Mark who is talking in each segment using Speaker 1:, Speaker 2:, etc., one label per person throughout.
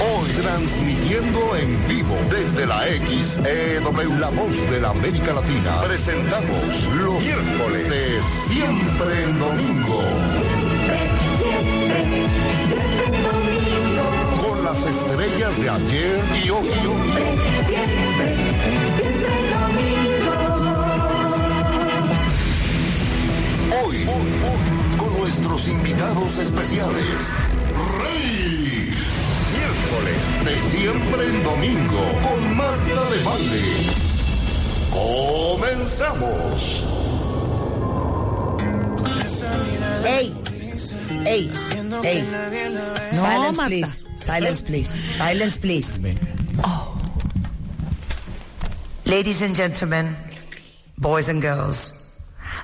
Speaker 1: Hoy transmitiendo en vivo desde la XEW, la voz de la América Latina, presentamos los miércoles de Siempre en Domingo. Con las estrellas de ayer y hoy. Hoy, hoy, hoy, con nuestros invitados especiales, Rey. Miércoles de siempre en domingo, con Marta de Baile. Comenzamos.
Speaker 2: Ey, ey, ey.
Speaker 3: No,
Speaker 2: Silence,
Speaker 3: Marta.
Speaker 2: please. Silence, please. Silence, please. Oh. Ladies and gentlemen, boys and girls,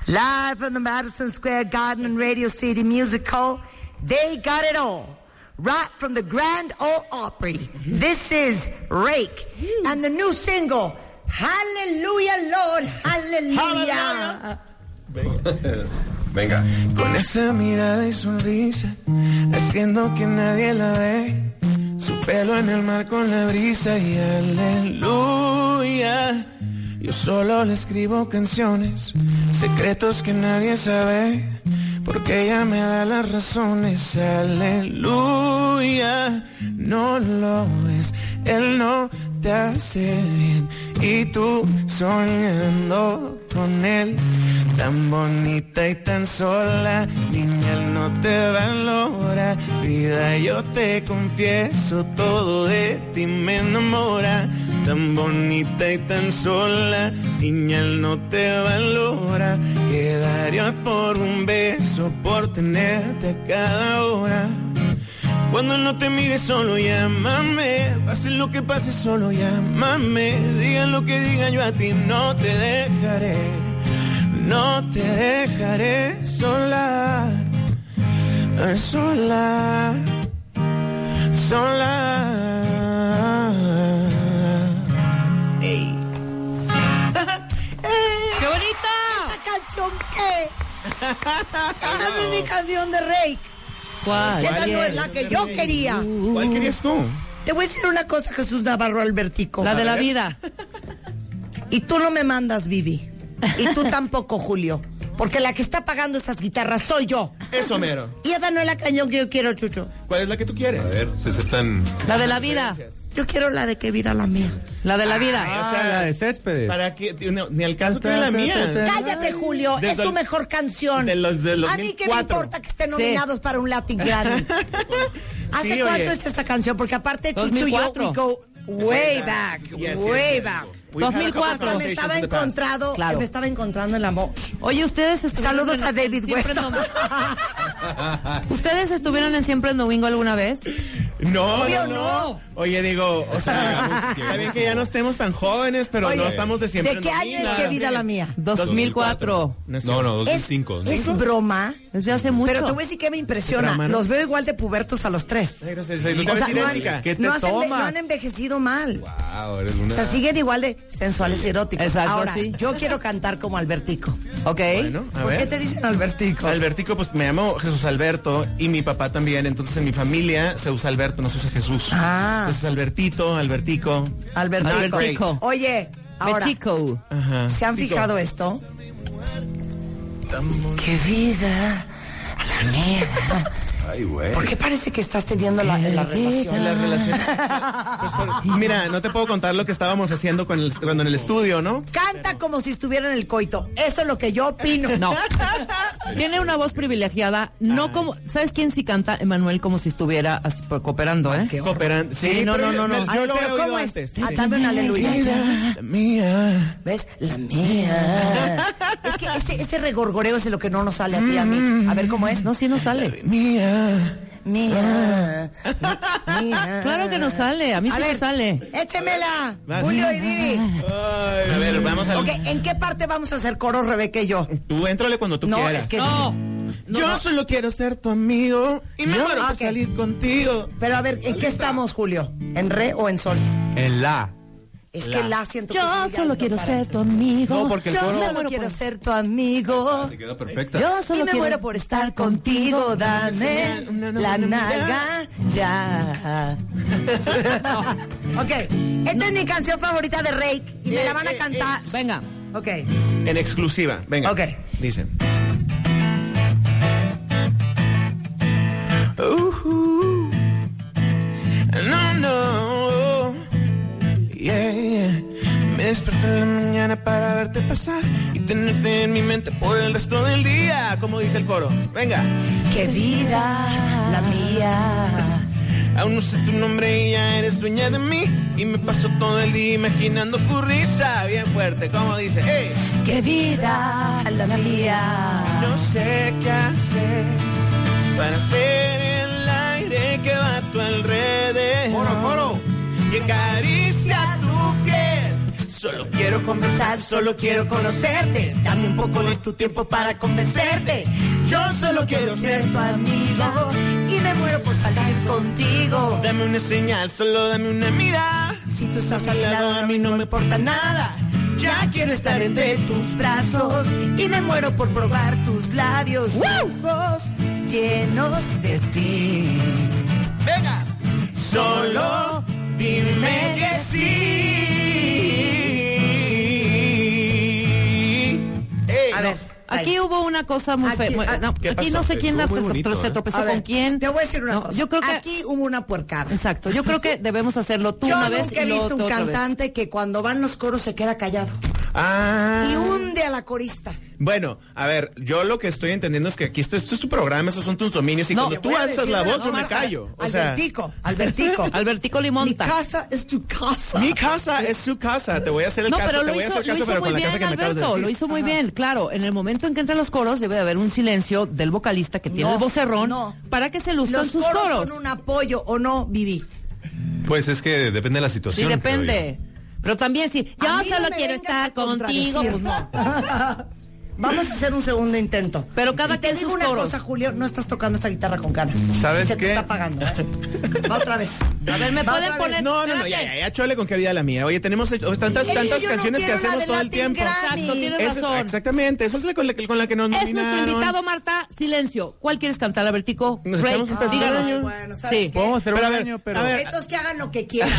Speaker 2: live from the Madison Square Garden and Radio City Music Hall, they got it all. Right from the Grand Ole Opry, this is Rake and the new single, Hallelujah, Lord, Hallelujah.
Speaker 1: Venga.
Speaker 4: Con esa mirada y sonrisa, haciendo que nadie la ve. Su pelo en el mar con la brisa y aleluya. Yo solo le escribo canciones, secretos que nadie sabe. Porque ella me da las razones, aleluya. No lo es, él no te hace bien. Y tú soñando con él. Tan bonita y tan sola, niña, él no te valora. Vida, yo te confieso, todo de ti me enamora. Tan bonita y tan sola, niña, él no te valora. Quedaría por un beso, por tenerte a cada hora. Cuando no te mires solo llámame, pase lo que pase solo llámame, digan lo que digan yo a ti no te dejaré, no te dejaré sola, ay, sola, sola. Ey.
Speaker 3: ¡Qué bonito!
Speaker 2: ¿Esta canción qué? Esa no es mi canción de Rey.
Speaker 3: ¿Cuál?
Speaker 2: Esa no es la que yo quería.
Speaker 4: ¿Cuál querías tú?
Speaker 2: Te voy a decir una cosa, Jesús Navarro Albertico.
Speaker 3: La de la vida.
Speaker 2: Y tú no me mandas, Vivi. Y tú tampoco, Julio. Porque la que está pagando esas guitarras soy yo.
Speaker 4: Eso, mero.
Speaker 2: Y esa no es la canción que yo quiero, Chucho.
Speaker 4: ¿Cuál es la que tú quieres?
Speaker 5: A ver, se aceptan.
Speaker 3: La de la vida.
Speaker 2: Yo quiero la de qué vida la mía.
Speaker 3: La de la vida.
Speaker 4: Ah,
Speaker 5: O sea, la de Céspedes.
Speaker 4: ¿Para qué? Tío, no, ni al caso que era la mía.
Speaker 2: Cállate, Julio.
Speaker 4: De
Speaker 2: es su
Speaker 4: dos-
Speaker 2: mejor canción.
Speaker 4: de los- de los
Speaker 2: a mí que me
Speaker 4: 2004.
Speaker 2: importa que estén nominados para un Latin Grammy. ¿Hace
Speaker 4: Sí,
Speaker 2: cuánto
Speaker 4: oye.
Speaker 2: es esa canción? Porque aparte, Chucho y yo,
Speaker 3: 2004.
Speaker 2: we go way back,
Speaker 4: Yes,
Speaker 2: way
Speaker 4: yes,
Speaker 2: back.
Speaker 4: yes. We've had a couple
Speaker 3: 2004.
Speaker 2: Me
Speaker 4: conversations
Speaker 2: estaba
Speaker 4: in the past.
Speaker 2: encontrado,
Speaker 3: Claro.
Speaker 2: me estaba encontrando el amor.
Speaker 3: Oye, ustedes estuvieron
Speaker 2: Saludos
Speaker 3: en-
Speaker 2: a David
Speaker 3: siempre en
Speaker 2: Huerta.
Speaker 3: Domingo- ¿Ustedes estuvieron en Siempre en Domingo alguna vez?
Speaker 4: No,
Speaker 3: Obvio
Speaker 4: no,
Speaker 3: no.
Speaker 4: no. Oye, digo, o sea, está bien que ya no estemos tan jóvenes, pero
Speaker 2: Oye,
Speaker 4: no estamos de siempre.
Speaker 2: ¿De qué año es que vida la mía?
Speaker 3: 2004.
Speaker 5: No, no, 2005.
Speaker 2: Es, es broma,
Speaker 3: Desde hace mucho.
Speaker 2: pero te voy a decir que me impresiona.
Speaker 4: Drama, ¿no?
Speaker 2: Los veo igual de pubertos a los tres.
Speaker 4: Tú
Speaker 2: O
Speaker 4: te
Speaker 2: sea,
Speaker 4: ves
Speaker 2: no han,
Speaker 4: idéntica.
Speaker 5: ¿Qué te
Speaker 2: no has enve- no
Speaker 5: tomas?
Speaker 2: han envejecido mal.
Speaker 5: Wow, eres Ah, una.
Speaker 2: O sea, siguen igual de sensuales y eróticos.
Speaker 3: Exacto,
Speaker 2: Ahora,
Speaker 3: sí.
Speaker 2: yo quiero cantar como Albertico.
Speaker 3: Ok.
Speaker 4: Bueno, a
Speaker 2: ¿Por qué
Speaker 4: ver.
Speaker 2: te dicen Albertico?
Speaker 4: Albertico, pues me llamo Jesús Alberto y mi papá también, entonces en mi familia se usa Alberto, no se usa Jesús.
Speaker 2: Ah.
Speaker 4: Entonces Albertito, Albertico.
Speaker 2: Albertico.
Speaker 3: Albertico.
Speaker 2: Oye, ahora,
Speaker 3: Mexico.
Speaker 4: Ajá.
Speaker 2: ¿se han
Speaker 4: Tico.
Speaker 2: fijado esto? ¡Qué vida! La mía.
Speaker 5: Ay, güey.
Speaker 2: ¿Por qué parece que estás teniendo la, la relación?
Speaker 4: En las relaciones. Pues, por- mira, no te puedo contar lo que estábamos haciendo con el, cuando en el estudio, ¿no?
Speaker 2: Canta como si estuviera en el coito. Eso es lo que yo opino.
Speaker 3: No. Tiene una voz privilegiada, no como... ¿Sabes quién sí canta? Emanuel como si estuviera así, por- cooperando, ¿eh?
Speaker 2: Qué
Speaker 4: Cooperando. Sí,
Speaker 3: no,
Speaker 4: pero
Speaker 3: no, no,
Speaker 4: me-
Speaker 3: no.
Speaker 2: A
Speaker 4: Yo
Speaker 2: ver,
Speaker 4: lo
Speaker 2: pero
Speaker 4: había
Speaker 2: ¿cómo
Speaker 4: oído
Speaker 2: es?
Speaker 4: antes.
Speaker 2: Ah, dame un aleluya.
Speaker 4: La mía.
Speaker 2: ¿Ves? La mía. Es que ese, ese regorgoreo es lo que no nos sale a ti y a mí. A ver cómo es.
Speaker 3: No, sí no sale.
Speaker 4: Mía.
Speaker 2: mía, mía.
Speaker 3: Claro que no sale, a mí sí me sale.
Speaker 2: Échemela, Julio y Vivi.
Speaker 4: A ver, vamos al.
Speaker 2: Ok, ¿en qué parte vamos a hacer coro, Rebeca y yo?
Speaker 4: Tú entrale cuando tú
Speaker 2: No,
Speaker 4: quieras.
Speaker 2: es que...
Speaker 3: No, no,
Speaker 6: Yo
Speaker 3: no.
Speaker 6: solo quiero ser tu amigo y me
Speaker 2: ¿Yo?
Speaker 6: muero por
Speaker 2: Ok.
Speaker 6: salir contigo.
Speaker 2: Pero a ver, ¿en qué estamos, Julio? ¿En re o en sol?
Speaker 7: En la.
Speaker 2: Es que la siento que es
Speaker 3: Yo
Speaker 2: muy
Speaker 3: solo pues.
Speaker 2: alto
Speaker 3: quiero
Speaker 2: para
Speaker 3: ser
Speaker 2: mí.
Speaker 3: tu amigo.
Speaker 7: No, porque el
Speaker 2: Yo
Speaker 7: coro-
Speaker 3: Me
Speaker 2: solo
Speaker 3: muero
Speaker 2: quiero
Speaker 3: por-
Speaker 2: ser tu amigo.
Speaker 7: Te quedó perfecta.
Speaker 3: Yo solo
Speaker 2: Y me
Speaker 3: quiero-
Speaker 2: muero por estar contigo, dame la nalga ya. ok, esta es mi canción favorita de Rake y me la van a cantar.
Speaker 3: Venga.
Speaker 2: Eh, Ok,
Speaker 4: En exclusiva. Venga.
Speaker 2: ok.
Speaker 4: Dicen.
Speaker 6: Ujú. Uh-huh. No, no. Yeah, yeah. Me desperté en la mañana para verte pasar y tenerte en mi mente por el resto del día, como dice el coro. Venga.
Speaker 2: Qué vida la mía.
Speaker 6: Aún no sé tu nombre y ya eres dueña de mí. Y me paso todo el día imaginando tu risa bien fuerte, como dice. ¡Ey!
Speaker 2: Qué vida la mía.
Speaker 6: No sé qué hacer para ser el aire que va a tu alrededor. Y acaricia tu piel. Solo quiero conversar, solo quiero conocerte. Dame un poco de tu tiempo para convencerte. Yo solo quiero ser tu amigo.
Speaker 2: Y me muero por salir contigo.
Speaker 6: Dame una señal, solo dame una mirada.
Speaker 2: Si tú estás
Speaker 6: al lado a mí no me importa nada. Ya quiero estar entre tus
Speaker 2: brazos y me muero por probar tus labios rojos llenos de ti.
Speaker 6: Venga. Solo dime que sí. Ey,
Speaker 2: A
Speaker 6: no.
Speaker 2: ver,
Speaker 3: Aquí hubo una cosa muy
Speaker 2: Aquí-
Speaker 3: fea. Bueno,
Speaker 2: ah,
Speaker 3: no,
Speaker 4: ¿qué
Speaker 3: aquí
Speaker 4: pasó?
Speaker 3: no sé quién
Speaker 7: Estuvo muy
Speaker 3: la-
Speaker 7: bonito,
Speaker 3: se
Speaker 7: ¿eh?
Speaker 3: tropezó
Speaker 2: a ver,
Speaker 3: con quién.
Speaker 2: Te voy a decir una
Speaker 3: No,
Speaker 2: cosa.
Speaker 3: Yo creo que
Speaker 2: Aquí hubo una puercada.
Speaker 3: Exacto, yo creo que debemos hacerlo tú
Speaker 2: Yo
Speaker 3: una vez
Speaker 2: nunca he
Speaker 3: y luego
Speaker 2: visto
Speaker 3: tú
Speaker 2: un
Speaker 3: otra vez.
Speaker 2: cantante que cuando van los coros se queda callado
Speaker 4: Ah.
Speaker 2: y hunde a la corista.
Speaker 4: Bueno, a ver, yo lo que estoy entendiendo es que aquí este, esto es tu programa, esos son tus dominios y
Speaker 3: No,
Speaker 4: cuando
Speaker 2: Voy
Speaker 4: tú
Speaker 2: a
Speaker 4: alzas la
Speaker 2: decirle
Speaker 4: voz yo
Speaker 2: mamá,
Speaker 4: me callo. O sea,
Speaker 2: Albertico, Albertico.
Speaker 3: Albertico
Speaker 2: Mi
Speaker 3: Limonta.
Speaker 2: casa es tu casa.
Speaker 4: mi casa es su casa, te voy a hacer el
Speaker 3: No,
Speaker 4: caso,
Speaker 3: pero
Speaker 4: te
Speaker 3: lo
Speaker 4: voy a
Speaker 3: hizo,
Speaker 4: hacer
Speaker 3: lo
Speaker 4: caso,
Speaker 3: hizo
Speaker 4: pero
Speaker 3: muy
Speaker 4: con la
Speaker 3: bien
Speaker 4: casa que me acabas de
Speaker 3: Alberto,
Speaker 4: decir.
Speaker 3: lo hizo muy bien, claro. En el momento en que entran los coros debe de haber un silencio del vocalista que tiene
Speaker 2: No,
Speaker 3: el vocerrón
Speaker 2: no.
Speaker 3: para que se luzcan
Speaker 2: Los
Speaker 3: sus
Speaker 2: coros,
Speaker 3: coros.
Speaker 2: son un apoyo o no, Vivi.
Speaker 7: Pues es que depende de la
Speaker 3: Sí,
Speaker 7: situación. creo
Speaker 3: depende. Pero también sí, yo
Speaker 2: A mí no
Speaker 3: solo
Speaker 2: me
Speaker 3: quiero
Speaker 2: vengas
Speaker 3: estar
Speaker 2: a
Speaker 3: contigo,
Speaker 2: contradecir.
Speaker 3: pues no.
Speaker 2: Vamos a hacer un segundo intento.
Speaker 3: Pero cada
Speaker 2: Y te
Speaker 3: quien
Speaker 2: digo
Speaker 3: sus
Speaker 2: una
Speaker 3: coros.
Speaker 2: cosa, Julio, no estás tocando esa guitarra con ganas.
Speaker 7: ¿Sabes
Speaker 2: Y Se
Speaker 7: qué?
Speaker 2: te está pagando. ¿eh? Va otra vez.
Speaker 3: A ver, ¿me
Speaker 2: Va
Speaker 3: pueden
Speaker 2: otra
Speaker 3: poner?
Speaker 4: No, no, no, ya, ya,
Speaker 3: Espérate.
Speaker 4: ya, chole con qué vida la mía. Oye, tenemos eh, tantas,
Speaker 2: Es que
Speaker 4: tantas
Speaker 2: yo no
Speaker 4: canciones que
Speaker 2: quiero la
Speaker 4: hacemos
Speaker 2: de
Speaker 4: todo el
Speaker 2: Latin
Speaker 4: tiempo.
Speaker 2: Grammy.
Speaker 3: Exacto, tienes
Speaker 4: Esa es-
Speaker 3: razón.
Speaker 4: exactamente, esa es la con la, que- con la que nos
Speaker 3: Es nuestro
Speaker 4: nominaron.
Speaker 3: invitado, Marta. Silencio. ¿Cuál quieres cantar, Albertico?
Speaker 4: Nos
Speaker 3: Drake,
Speaker 4: echamos un pedazo
Speaker 3: díganos.
Speaker 4: de año.
Speaker 2: Bueno, ¿sabes
Speaker 3: Sí.
Speaker 2: qué?
Speaker 7: Vamos a hacer
Speaker 4: Pero
Speaker 7: un
Speaker 4: a ver,
Speaker 7: años, pero
Speaker 4: Eh, a ver.
Speaker 2: Estos que hagan lo que quieran.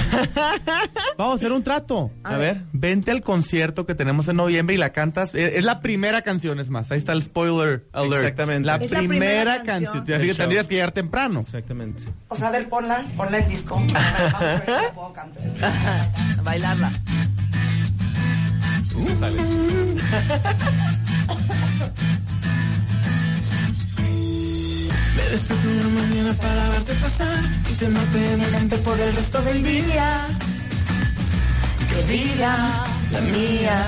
Speaker 7: vamos a hacer un trato.
Speaker 4: A ver.
Speaker 7: Vente al concierto que tenemos en noviembre y la cantas. Eh, Es la primera canción, es más. Ahí está el spoiler alert.
Speaker 4: Exactamente.
Speaker 7: La
Speaker 4: Es
Speaker 2: la
Speaker 7: primera,
Speaker 2: primera
Speaker 7: canción.
Speaker 2: canción.
Speaker 7: Así
Speaker 4: Del
Speaker 7: que
Speaker 4: show.
Speaker 7: tendrías que llegar temprano.
Speaker 4: Exactamente.
Speaker 2: O sea, a ver, ponla, ponla en disco. Vamos a ver si la puedo cantar.
Speaker 3: Bailarla.
Speaker 6: Me despierto en la mañana para verte pasar y tenerte en mi mente por el resto del día.
Speaker 2: Que vida la mía.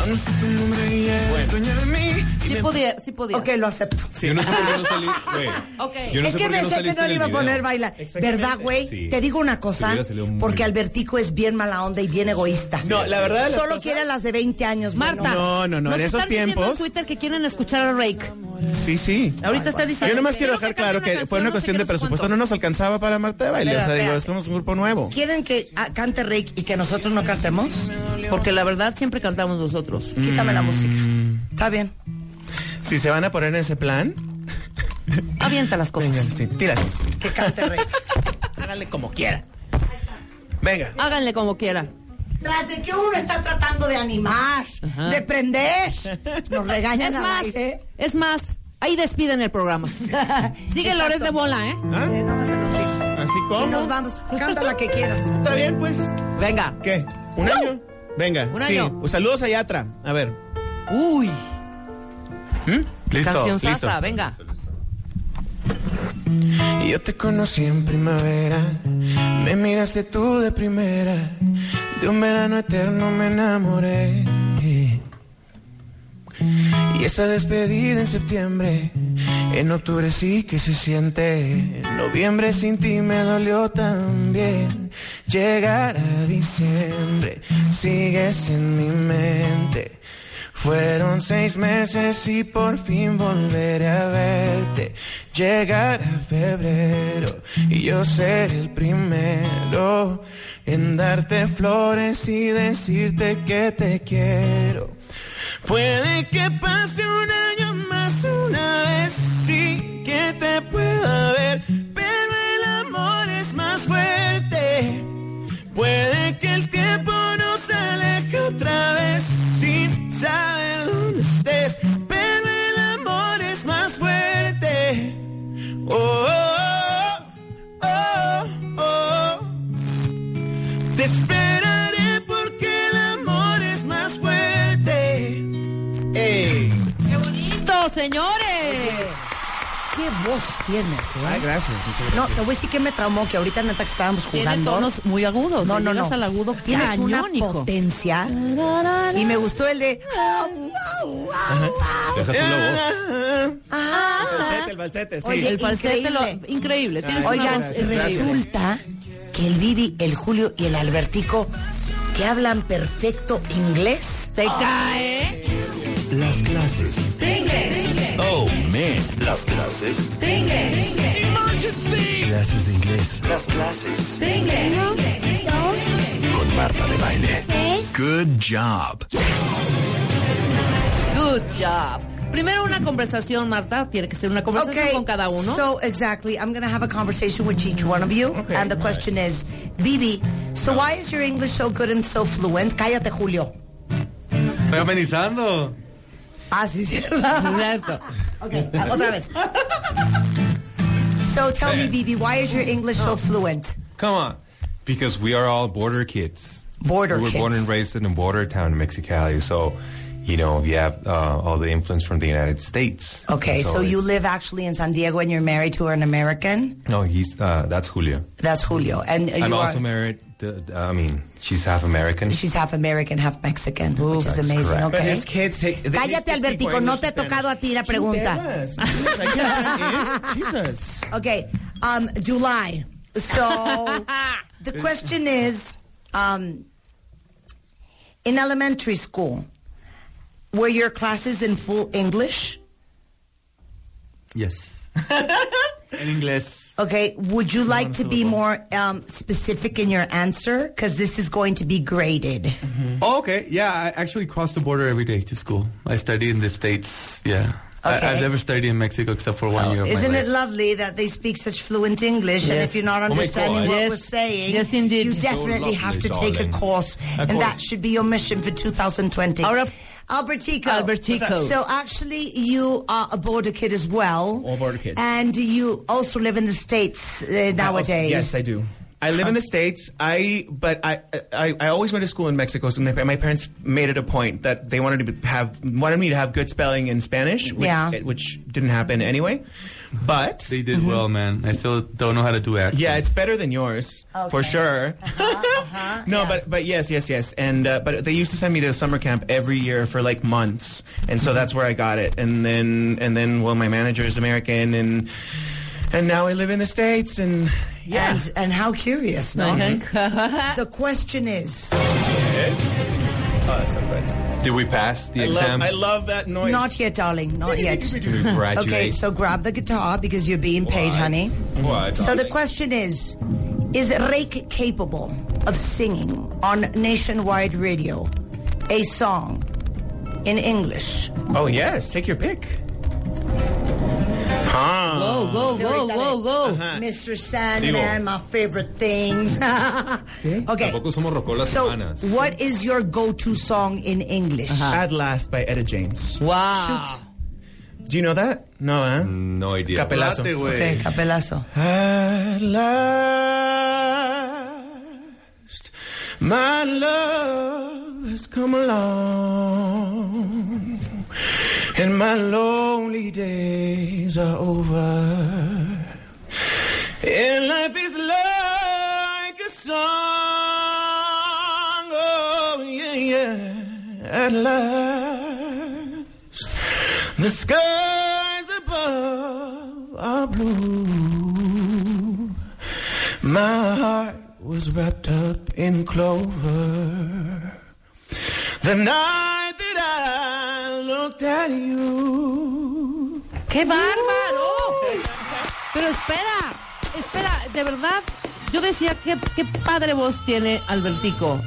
Speaker 6: Aún no sé tu nombre y eres dueña de mí. Y
Speaker 3: Sí
Speaker 6: me-
Speaker 3: podía, sí podía.
Speaker 2: Ok, lo acepto.
Speaker 7: Yo no sé por qué no salí. güey.
Speaker 3: Ok.
Speaker 7: Yo no
Speaker 2: es
Speaker 7: sé
Speaker 2: que
Speaker 7: por qué
Speaker 2: pensé
Speaker 7: no
Speaker 2: que
Speaker 7: saliste
Speaker 2: no le
Speaker 7: en
Speaker 2: iba a
Speaker 7: el
Speaker 2: poner
Speaker 7: video.
Speaker 2: bailar.
Speaker 4: Exactamente.
Speaker 2: ¿Verdad, güey?
Speaker 7: Sí.
Speaker 2: Te digo una
Speaker 7: Te
Speaker 2: cosa,
Speaker 7: hubiera salido muy
Speaker 2: porque
Speaker 7: bien.
Speaker 2: Albertico es bien mala onda y bien egoísta.
Speaker 4: No, la verdad de las
Speaker 2: Solo
Speaker 4: cosas-
Speaker 2: quiere a las de 20 años. güey,
Speaker 3: Marta.
Speaker 4: No, no, no,
Speaker 3: nos
Speaker 4: en esos
Speaker 3: están diciendo
Speaker 4: tiempos-
Speaker 3: en Twitter que quieren escuchar a Rake.
Speaker 4: Sí, sí.
Speaker 3: Ahorita está diciendo.
Speaker 4: Yo nomás quiero dejar
Speaker 3: cante
Speaker 4: claro que
Speaker 3: canción,
Speaker 4: fue una
Speaker 3: no sé
Speaker 4: cuestión
Speaker 3: qué,
Speaker 4: de
Speaker 3: no sé
Speaker 4: presupuesto. No
Speaker 3: cuánto.
Speaker 4: nos alcanzaba para Marta de Baile. O sea,
Speaker 2: Espera,
Speaker 4: digo,
Speaker 2: espera.
Speaker 4: somos un grupo nuevo.
Speaker 2: ¿Quieren que ah, cante Rick y que nosotros no cantemos?
Speaker 3: Porque la verdad siempre cantamos nosotros.
Speaker 2: Quítame la música.
Speaker 7: Mm.
Speaker 2: Está bien.
Speaker 4: Si se van a poner en ese plan,
Speaker 3: Avienta las
Speaker 4: venga,
Speaker 3: cosas.
Speaker 4: sí, tíralas.
Speaker 2: Que cante Rick.
Speaker 4: Háganle como quieran. Venga.
Speaker 3: Háganle como quieran.
Speaker 2: Tras de que uno está tratando de animar, de prender, nos regañan
Speaker 3: Es
Speaker 2: al
Speaker 3: más,
Speaker 2: aire.
Speaker 3: es más, ahí despiden el programa. Sigue Lores de Bola, ¿eh?
Speaker 4: ¿Ah?
Speaker 2: Eh, nada más se los digo.
Speaker 4: Así
Speaker 2: Y nos
Speaker 4: como.
Speaker 2: vamos. Canta la que quieras.
Speaker 4: Está bien, pues.
Speaker 3: Venga.
Speaker 4: ¿Qué? ¿Un año? Venga.
Speaker 3: Un
Speaker 4: sí.
Speaker 3: año.
Speaker 4: Pues Saludos a Yatra. A ver. ¿Mm?
Speaker 3: Uy,
Speaker 7: Listo,
Speaker 3: canción
Speaker 7: listo.
Speaker 3: sasa, venga.
Speaker 6: Y Yo te conocí en primavera, me miraste tú de primera, de un verano eterno me enamoré. Y esa despedida en septiembre En octubre sí que se siente. Noviembre sin ti me dolió también. Llegar a diciembre, sigues en mi mente. Fueron seis meses y por fin volveré a verte. Llegar a febrero y yo ser el primero en darte flores y decirte que te quiero. Puede que pase un año más una vez, sí que te pueda ver, pero el amor es más fuerte. Puede que el tiempo nos aleje otra vez sin saber dónde estés, pero el amor es más fuerte. Oh, oh, oh, oh, oh. Te esperaré porque el amor es más fuerte. Ey.
Speaker 3: ¡Listo, señores!
Speaker 2: ¿Qué voz tienes, eh?
Speaker 7: Ah,
Speaker 4: gracias.
Speaker 2: No, te voy a decir que me traumó, que ahorita neta que estábamos
Speaker 3: Tiene
Speaker 2: jugando.
Speaker 3: tonos muy agudos.
Speaker 2: no,
Speaker 3: le
Speaker 2: no, no.
Speaker 3: llegas al agudo
Speaker 2: Tienes una
Speaker 3: cañónico.
Speaker 2: potencia. Y me gustó el de.
Speaker 4: Deja tú
Speaker 7: Eh,
Speaker 4: la voz.
Speaker 2: Ah.
Speaker 4: El falsete, sí.
Speaker 2: Oye,
Speaker 3: el falsete
Speaker 2: increíble.
Speaker 3: lo increíble. Tienes
Speaker 2: Oigan,
Speaker 3: una voz increíble.
Speaker 2: resulta que el Vivi, el Julio y el Albertico, que hablan perfecto inglés,
Speaker 3: Te cae.
Speaker 1: Las clases. Oh, man. Las clases. Clases de inglés. Las clases. Con Marta de Baile. Good job.
Speaker 3: Good job. Primero una conversación, Marta. Tiene que ser una conversación Pues con cada uno.
Speaker 2: So exactly, I'm going to have a conversation with each one of you, and the question is, Bibi, so why is your English so good and so fluent? Cállate, Julio.
Speaker 7: Estoy amenizando.
Speaker 2: Ah, sí, sí.
Speaker 3: Exacto.
Speaker 2: okay, Uh, otra vez. So tell me, Bibi, why is your English so fluent?
Speaker 8: Come on. Because we are all border kids.
Speaker 2: Border
Speaker 8: we were
Speaker 2: kids.
Speaker 8: born and raised in a border town in Mexicali. So, you know, we have uh, all the influence from the United States.
Speaker 2: Okay, so, you
Speaker 8: it's-
Speaker 2: live actually in San Diego, and you're married to an American.
Speaker 8: No, he's, uh, that's Julia.
Speaker 2: That's Julio, and you
Speaker 8: I'm
Speaker 2: are.
Speaker 8: also married. To, I mean, she's half American.
Speaker 2: She's half American, half Mexican, which is
Speaker 8: That's
Speaker 2: amazing.
Speaker 8: correct.
Speaker 2: Okay.
Speaker 4: kids,
Speaker 2: Cállate, Albertico, no te he tocado a ti la pregunta.
Speaker 4: Jesus.
Speaker 2: Okay, um, July. So the question is, um, in elementary school, were your classes in full English?
Speaker 7: Yes. en inglés.
Speaker 2: Okay, would you like to be more um, specific in your answer? Because this is going to be graded.
Speaker 7: Oh, okay. Yeah, I actually cross the border every day to school. I study in the States. Yeah.
Speaker 2: Okay.
Speaker 7: I, I've never studied in Mexico except for one year. Of
Speaker 2: Isn't
Speaker 7: my
Speaker 2: it
Speaker 7: life.
Speaker 2: lovely that they speak such fluent English? And
Speaker 3: Yes.
Speaker 2: if you're not
Speaker 8: my
Speaker 2: understanding
Speaker 8: God.
Speaker 2: what
Speaker 3: Yes.
Speaker 2: we're saying,
Speaker 3: Yes, indeed.
Speaker 2: you
Speaker 3: So
Speaker 2: definitely have to
Speaker 8: lovely,
Speaker 2: take a
Speaker 8: darling.
Speaker 2: course, and that should be your mission for 2020.
Speaker 3: Ahora-
Speaker 2: Albertico.
Speaker 3: Albertico.
Speaker 2: So actually, you are a border kid as well.
Speaker 4: All border kids.
Speaker 2: And you also live in the States uh, nowadays.
Speaker 4: Yes, I do. I live in the states. I but I I, I always went to school in Mexico. So my, my parents made it a point that they wanted to have wanted me to have good spelling in Spanish, which,
Speaker 2: Yeah.
Speaker 4: which didn't happen anyway. But
Speaker 7: They did well, man. I still don't know how to do accents.
Speaker 4: Yeah, it's better than yours for
Speaker 2: Okay. Uh-huh,
Speaker 4: sure. no, but but yes, yes, yes, and uh, but they used to send me to summer camp every year for like months, and so that's where I got it. And then and then well, my manager is American, and and now I live in the states, and yeah,
Speaker 2: And, and how curious, no? The question is,
Speaker 7: Uh,
Speaker 4: Oh, that's so good.
Speaker 8: Did we pass the
Speaker 4: I
Speaker 8: exam?
Speaker 4: love, I love that noise.
Speaker 2: not yet, darling, not yet.
Speaker 8: Did we graduate?
Speaker 2: Okay, so grab the guitar because you're being paid,
Speaker 8: What?
Speaker 2: honey.
Speaker 8: What?
Speaker 2: So the question is, is Rake capable of singing on nationwide radio a song in English?
Speaker 4: oh yes, take your pick.
Speaker 3: Go, go, go, go, go.
Speaker 8: Ah.
Speaker 2: Mr. Sandman, my favorite things. okay.
Speaker 8: Tampoco somos rocolas
Speaker 2: So
Speaker 8: humanas.
Speaker 2: what is your go-to song in English?
Speaker 4: At Last by Etta James.
Speaker 3: Wow.
Speaker 8: Ah.
Speaker 4: Do you know that? No, eh?
Speaker 8: No idea.
Speaker 4: Capelazo.
Speaker 7: Date, güey.
Speaker 2: Okay, capelazo.
Speaker 4: At last, my love has come along, and my lonely days are over. And life is like a song, oh yeah, yeah. At last, the skies above
Speaker 6: My heart was wrapped up in clover. The night that I looked at you.
Speaker 3: ¡Qué bárbaro! Pero espera, espera, de verdad, yo decía que qué padre voz tiene Albertico.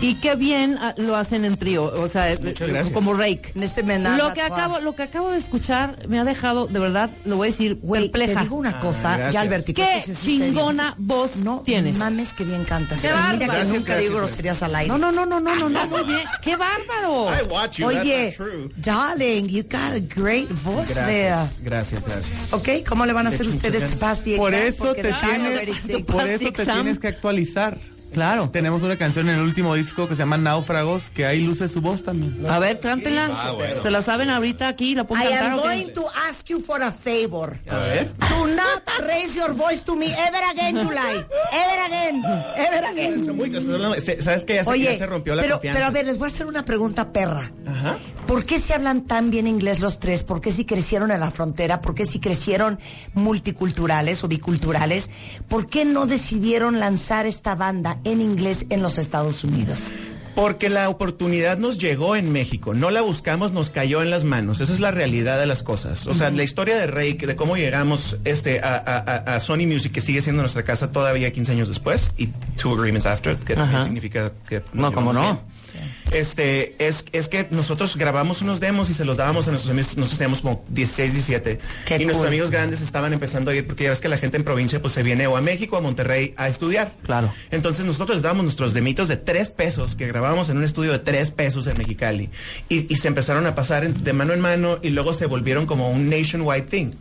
Speaker 3: Y qué bien ah, lo hacen en trío, o sea, eh,
Speaker 4: gracias.
Speaker 3: como rake.
Speaker 2: Mr. Menard,
Speaker 3: Lo que
Speaker 2: Lacroix.
Speaker 3: acabo, lo que acabo de escuchar me ha dejado, de verdad, lo voy a decir,
Speaker 2: Güey, te
Speaker 3: perpleja.
Speaker 2: digo una cosa,
Speaker 4: Ah, gracias.
Speaker 2: ya Albertico,
Speaker 3: Qué
Speaker 2: esto sí es en serio.
Speaker 3: chingona voz
Speaker 2: No
Speaker 3: tienes.
Speaker 2: mames que bien cantas.
Speaker 3: Qué
Speaker 2: Y mira que
Speaker 3: bárbaro.
Speaker 2: nunca
Speaker 4: Gracias, gracias,
Speaker 2: digo groserías al aire.
Speaker 3: No, no, no, no, no, no, no, muy bien. ¡Qué bárbaro!
Speaker 4: Oh. I watch you.
Speaker 2: Oye,
Speaker 4: That's not true.
Speaker 2: darling, you got a great voice there.
Speaker 4: Gracias, gracias, gracias.
Speaker 2: ¿Ok? ¿Cómo le van a hacer
Speaker 4: muchas
Speaker 2: ustedes to
Speaker 4: gracias.
Speaker 2: pass the
Speaker 7: Por
Speaker 2: exam?
Speaker 7: eso
Speaker 2: Porque
Speaker 7: te
Speaker 2: the time already
Speaker 7: tienes,
Speaker 2: six.
Speaker 7: por eso te
Speaker 3: Exam.
Speaker 7: tienes que actualizar.
Speaker 3: Claro.
Speaker 7: Tenemos una canción en el último disco que se llama Náufragos, que ahí luce su voz también.
Speaker 3: A ver, cántela.
Speaker 8: Ah,
Speaker 3: Se la saben ahorita aquí, la puedo
Speaker 2: I
Speaker 3: cantar.
Speaker 2: am
Speaker 3: o qué?
Speaker 2: going to ask you for a favor.
Speaker 4: A ver.
Speaker 2: Do not raise your voice to me ever again, July. Ever again. Ever again.
Speaker 4: Uy, estás hablando- se- ¿Sabes qué? Ya se, ya
Speaker 2: Oye,
Speaker 4: se rompió la
Speaker 2: pero,
Speaker 4: confianza.
Speaker 2: pero a ver, les voy a hacer una pregunta perra.
Speaker 4: Ajá.
Speaker 2: ¿Por qué se hablan tan bien inglés los tres? ¿Por qué si crecieron en la frontera? ¿Por qué si crecieron multiculturales o biculturales? ¿Por qué no decidieron lanzar esta banda en inglés en los Estados Unidos?
Speaker 4: Porque la oportunidad nos llegó en México, no la buscamos, nos cayó en las manos. Esa es la realidad de las cosas. O sea, la historia de Rey, de cómo llegamos este, a, a- a- a Sony Music, que sigue siendo nuestra casa todavía 15 años después, y two agreements after, que también
Speaker 3: Ajá.
Speaker 4: significa que...
Speaker 3: No,
Speaker 4: nos
Speaker 3: cómo
Speaker 4: llevamos
Speaker 3: no.
Speaker 4: bien. Este, es, es que nosotros grabamos unos demos y se los dábamos a nuestros amigos, nosotros teníamos como 16, 17.
Speaker 2: Qué
Speaker 4: y nuestros
Speaker 2: cool.
Speaker 4: amigos grandes estaban empezando a ir, porque ya ves que la gente en provincia pues se viene o a México o a Monterrey a estudiar.
Speaker 3: Claro.
Speaker 4: Entonces nosotros dábamos nuestros demitos de tres pesos que grabábamos en un estudio de tres pesos en Mexicali y, y se empezaron a pasar en- de mano en mano y luego se volvieron como un nationwide thing.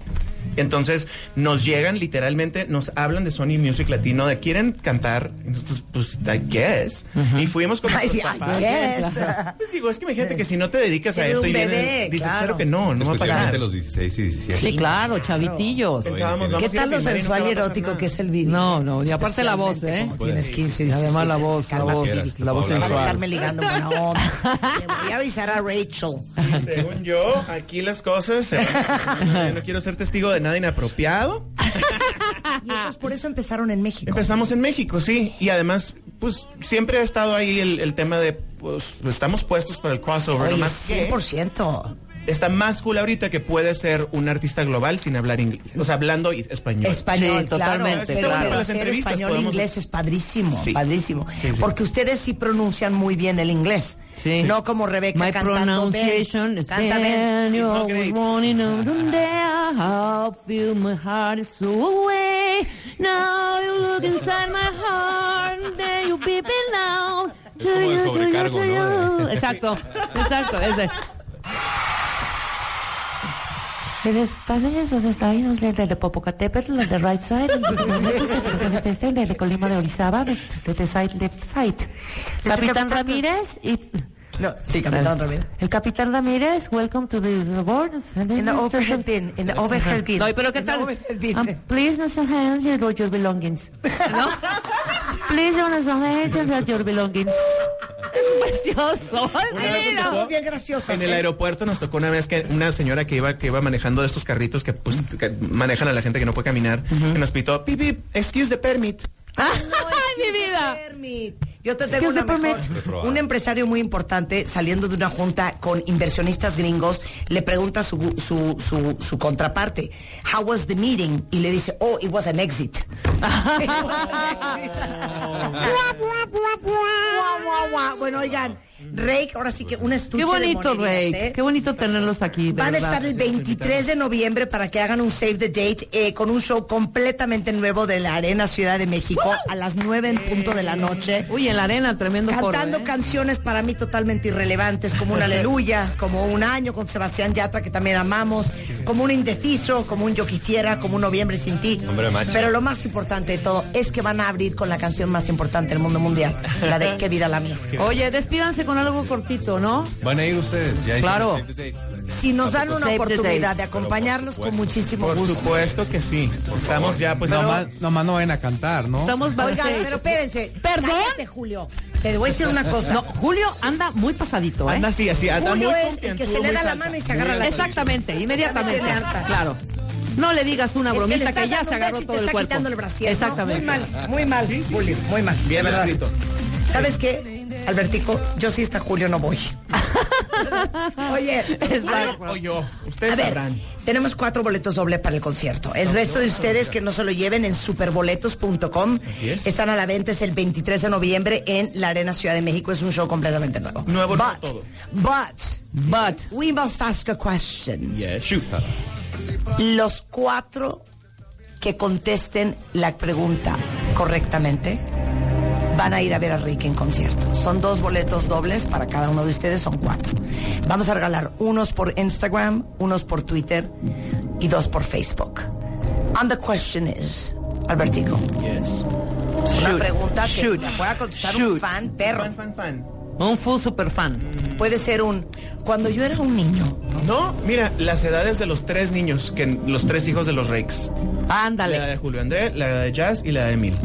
Speaker 4: Entonces nos llegan literalmente, nos hablan de Sony Music Latino, de quieren cantar, entonces pues I guess. Y fuimos con
Speaker 2: Ay, sí,
Speaker 4: nuestros
Speaker 2: I
Speaker 4: papás.
Speaker 2: guess.
Speaker 4: Pues digo, es que imagínate que si no te dedicas a
Speaker 2: Ser
Speaker 4: esto
Speaker 2: un
Speaker 4: y
Speaker 2: bebé,
Speaker 4: vienes- dices,
Speaker 2: claro.
Speaker 4: claro. que no, no va a
Speaker 8: Especialmente
Speaker 4: pasar.
Speaker 8: los 16 y 17.
Speaker 3: Sí, claro, chavitillos.
Speaker 4: Pensábamos,
Speaker 8: ¿Qué
Speaker 4: vamos a
Speaker 2: ¿Qué
Speaker 4: ir a
Speaker 2: tal lo
Speaker 4: primaria y nunca
Speaker 2: sensual
Speaker 4: va
Speaker 2: y
Speaker 4: a pasar
Speaker 2: erótico
Speaker 4: nada.
Speaker 2: que es el video?
Speaker 3: No, no, y aparte la voz,
Speaker 2: Especialmente
Speaker 3: ¿eh?
Speaker 2: como Tienes
Speaker 4: Pues,
Speaker 2: 15
Speaker 3: Y
Speaker 2: 16,
Speaker 3: además la voz, la
Speaker 2: cálmate,
Speaker 3: voz,
Speaker 2: Vicky.
Speaker 3: la voz
Speaker 2: No van a
Speaker 3: sensual.
Speaker 2: estarme ligando buena onda. Le voy a avisar a Rachel.
Speaker 4: Según yo, aquí las cosas. se van. Yo no quiero ser testigo de nada inapropiado.
Speaker 2: Y entonces por eso empezaron en México.
Speaker 4: Empezamos en México, sí. Y además, pues siempre ha estado ahí el, el tema de. Pues estamos puestos para el crossover.
Speaker 2: Oye,
Speaker 4: nomás que
Speaker 2: 100%.
Speaker 4: Está más cool ahorita que puede ser un artista global sin hablar inglés. O sea, hablando y- español.
Speaker 2: Español, claro.
Speaker 3: Sí,
Speaker 2: Este
Speaker 3: totalmente,
Speaker 2: Pero
Speaker 3: claro.
Speaker 2: pero
Speaker 4: Las
Speaker 2: hacer
Speaker 4: entrevistas
Speaker 2: español
Speaker 4: podemos-
Speaker 2: inglés es padrísimo,
Speaker 4: Sí.
Speaker 2: padrísimo.
Speaker 4: Sí, sí.
Speaker 2: Porque ustedes sí pronuncian muy bien el inglés.
Speaker 3: Sí.
Speaker 2: No como Rebeca
Speaker 3: My
Speaker 2: cantando
Speaker 3: pronunciation
Speaker 2: Ben.
Speaker 3: is
Speaker 2: Canta Ben.
Speaker 4: It's
Speaker 3: Daniel.
Speaker 4: not great.
Speaker 3: morning out on there. I'll feel my heart is so away. Now you look inside my heart. and There you peeping out. To
Speaker 8: como de
Speaker 3: you, to you,
Speaker 8: sobrecargo,
Speaker 3: to
Speaker 8: ¿no?
Speaker 3: you. Exacto, exacto, ese.
Speaker 9: There's passages of the style of the, the, the Popocatépetl on the right side, and the, the, the, the, the Colima este, de Orizaba, the, the, the side left side. Capitán Ramírez, it,
Speaker 2: No, sí, cantando otra vez.
Speaker 9: el Capitán Ramírez, welcome to the, the board. And then
Speaker 2: In the
Speaker 9: Mr.
Speaker 2: overhead bin, in the overhead bin.
Speaker 3: No, pero ¿qué
Speaker 2: In the
Speaker 3: tal? Ah,
Speaker 2: overhead bin.
Speaker 9: Um, please don't hand your, your belongings. No? please don't hand your, your belongings.
Speaker 3: Es precioso.
Speaker 2: Ay,
Speaker 4: vez
Speaker 2: mira,
Speaker 4: nos tocó
Speaker 2: muy bien gracioso.
Speaker 4: En el aeropuerto nos tocó una vez que una señora que iba que iba manejando de estos carritos que, pues, que manejan a la gente que no puede caminar, que nos pitó, pip, pip, excuse the permit.
Speaker 9: Ah,
Speaker 3: Ay, mi vida.
Speaker 2: Permit. Yo te tengo
Speaker 9: que
Speaker 2: una
Speaker 9: se permite.
Speaker 2: mejor. Un empresario muy importante saliendo de una junta con inversionistas gringos le pregunta a su, su, su, su contraparte, how was the meeting? Y le dice, oh, it was an exit. It was an exit. Guau, guau, guau. Bueno, oigan, Rake, ahora sí que un estuche
Speaker 3: Qué bonito,
Speaker 2: de
Speaker 3: Rey.
Speaker 2: monerías, ¿eh?
Speaker 3: Qué bonito tenerlos aquí. de
Speaker 2: Van a estar
Speaker 3: verdad.
Speaker 2: el 23 de noviembre para que hagan un Save the Date eh, con un show completamente nuevo de la Arena Ciudad de México a las 9 en punto de la noche.
Speaker 3: Uy, en la arena, tremendo coro,
Speaker 2: Cantando
Speaker 3: ¿eh?
Speaker 2: canciones para mí totalmente irrelevantes, como un Aleluya, como un año con Sebastián Yatra, que también amamos, como un Indeciso, como un Yo Quisiera, como un Noviembre sin ti.
Speaker 8: Hombre macho.
Speaker 2: Pero lo más importante de todo es que van a abrir con la canción más importante del mundo mundial, la de Qué vida la mía.
Speaker 3: Oye, despídanse con algo cortito, ¿no?
Speaker 8: Van a ir ustedes. Ya hicieron
Speaker 3: Claro.
Speaker 8: Save the Date.
Speaker 2: Si nos dan una
Speaker 3: Save the
Speaker 2: oportunidad
Speaker 3: date.
Speaker 2: de acompañarlos con muchísimo
Speaker 4: Por
Speaker 2: gusto.
Speaker 4: supuesto que sí. Estamos
Speaker 7: Ah,
Speaker 4: ya, pues, no
Speaker 7: Nomás, nomás no vayan a cantar, ¿no?
Speaker 3: Estamos
Speaker 2: Oigan,
Speaker 3: backstage.
Speaker 2: pero espérense.
Speaker 3: ¿Perdón?
Speaker 2: Cállate, Julio. Te voy a decir una cosa.
Speaker 3: No, Julio anda muy pasadito, ¿eh?
Speaker 4: Anda así, así, anda
Speaker 2: Julio
Speaker 4: muy
Speaker 2: es el que se
Speaker 4: confianzudo,
Speaker 2: le
Speaker 4: muy
Speaker 2: da la
Speaker 4: salsa.
Speaker 2: mano y se agarra la
Speaker 3: Exactamente, inmediatamente.
Speaker 2: Ya me tiene harta.
Speaker 3: Claro. No le digas una
Speaker 2: El le
Speaker 3: bromita
Speaker 2: estás
Speaker 3: que ya
Speaker 2: dando
Speaker 3: se
Speaker 2: un
Speaker 3: agarró
Speaker 2: beso y
Speaker 3: todo
Speaker 2: te
Speaker 3: el
Speaker 2: está
Speaker 3: cuerpo.
Speaker 2: quitando el brasier, ¿no?
Speaker 3: Exactamente.
Speaker 2: Muy mal, muy mal, Julio, muy mal. de
Speaker 7: Bien
Speaker 2: verdad.
Speaker 7: escrito.
Speaker 2: ¿Sabes qué? Albertico, yo sí hasta julio no voy. Oye,
Speaker 3: Exacto.
Speaker 4: O yo.
Speaker 2: a
Speaker 4: Ustedes
Speaker 2: ver,
Speaker 4: sabrán.
Speaker 2: tenemos cuatro boletos doble para el concierto. El resto de ustedes que no se lo lleven en superboletos.com
Speaker 4: Así es.
Speaker 2: están a la venta, es el 23 de noviembre en la Arena Ciudad de México. Es un show completamente nuevo.
Speaker 4: Nuevo,
Speaker 2: but,
Speaker 4: nuevo todo.
Speaker 2: But,
Speaker 3: But.
Speaker 2: we must ask a question.
Speaker 4: Yeah, shoot.
Speaker 2: Los cuatro que contesten la pregunta correctamente van a ir a ver a Rick en concierto. Son dos boletos dobles para cada uno de ustedes, son cuatro. Vamos a regalar unos por Instagram, unos por Twitter y dos por Facebook. And the question is, Albertico,
Speaker 4: Yes.
Speaker 2: es una
Speaker 3: Shoot,
Speaker 2: pregunta que
Speaker 3: shoot,
Speaker 2: la pueda contestar un
Speaker 3: shoot.
Speaker 2: fan, perro.
Speaker 4: Fan, fan, fan.
Speaker 3: Un full super fan.
Speaker 2: Puede ser un, cuando yo era un niño,
Speaker 4: No, mira, las edades de los tres niños, que los tres hijos de los Rakes. La
Speaker 3: Ándale.
Speaker 4: de Julio André, la de Jazz y la de Emil.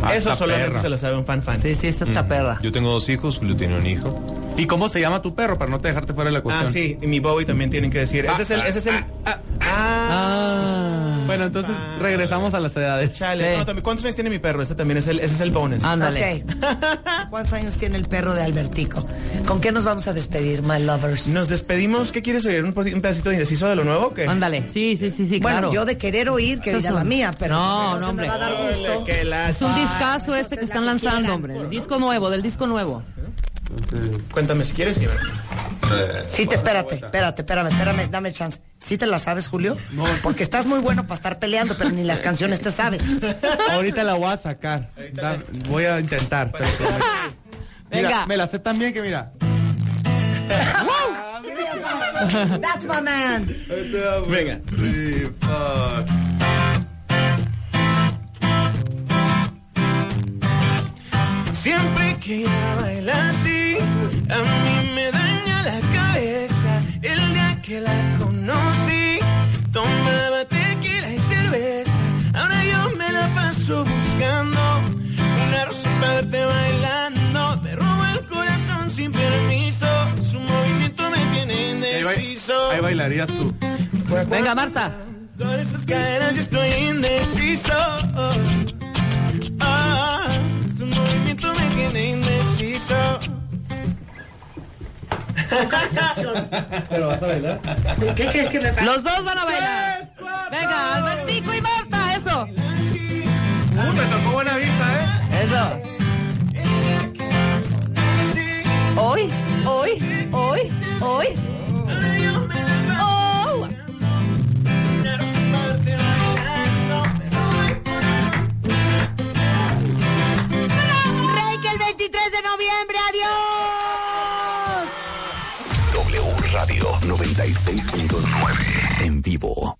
Speaker 8: Ah,
Speaker 4: Eso
Speaker 8: está
Speaker 4: solamente
Speaker 8: perra.
Speaker 4: se lo sabe un fan fan.
Speaker 3: Sí, sí, esta está perra.
Speaker 8: Mm. Yo tengo dos hijos, Julio tiene un hijo.
Speaker 7: ¿Y cómo se llama tu perro para no te dejarte fuera de la
Speaker 4: Ah,
Speaker 7: cuestión?
Speaker 4: sí, y mi Bowie también tienen que decir. ese es el, ese es el. Ah,
Speaker 3: Ah,
Speaker 7: Bueno, entonces regresamos a las
Speaker 2: Ah,
Speaker 7: edades.
Speaker 4: chale.
Speaker 3: sí.
Speaker 4: No, también, ¿Cuántos años tiene mi perro? Ese también es el, ese es el bonus.
Speaker 2: Ok.
Speaker 3: ándale.
Speaker 2: ¿Cuántos años tiene el perro de Albertico? ¿Con qué nos vamos a despedir, my lovers?
Speaker 4: Nos despedimos. ¿Qué quieres oír? ¿Un, pe- un pedacito de indeciso de lo nuevo? o qué?
Speaker 3: Ándale. Sí, sí, sí, sí,
Speaker 2: bueno,
Speaker 3: claro.
Speaker 2: yo de querer oír, querida
Speaker 3: Eso es
Speaker 2: la
Speaker 3: un-
Speaker 2: mía, pero
Speaker 3: No,
Speaker 2: se
Speaker 3: no, hombre.
Speaker 2: me va a dar gusto.
Speaker 4: Ole, qué
Speaker 3: Es un
Speaker 4: lástima.
Speaker 3: discazo este
Speaker 2: entonces
Speaker 3: que están
Speaker 2: la que
Speaker 3: lanzando,
Speaker 2: quieran.
Speaker 3: hombre. El disco nuevo, del disco nuevo.
Speaker 4: Cuéntame si quieres. Iván.
Speaker 2: Sí, te, espérate, espérate, espérame, espérame, dame chance. ¿Sí te la sabes, Julio? Porque estás muy bueno para estar peleando, pero ni las canciones te sabes.
Speaker 7: Ahorita la voy a sacar. Da- voy a intentar. pero prometo. Mira,
Speaker 3: Venga.
Speaker 7: me la sé tan bien que mira.
Speaker 2: That's my man.
Speaker 4: Venga. Siempre que ella baila así, a mí me daña la cabeza. El día que la conocí, tomaba tequila y cerveza. Ahora yo me la paso buscando una razón para verte bailando. Te robo el corazón sin permiso. Su movimiento me tiene
Speaker 7: Ahí, ba-
Speaker 4: indeciso.
Speaker 7: ahí bailarías tú.
Speaker 3: Venga, Marta.
Speaker 4: Con esas caderas yo estoy indeciso. Ah, su movimiento me tiene indeciso.
Speaker 2: ¿Qué crees que me pasa?
Speaker 3: Los dos van a bailar. Venga, Albertico y Marta, eso.
Speaker 7: Uh, me tocó buena vista, ¿eh?
Speaker 3: Eso. Hoy, hoy, hoy, hoy. Oh.
Speaker 2: Reiki el 23 de noviembre, adiós.
Speaker 1: W Radio 96.9 en vivo.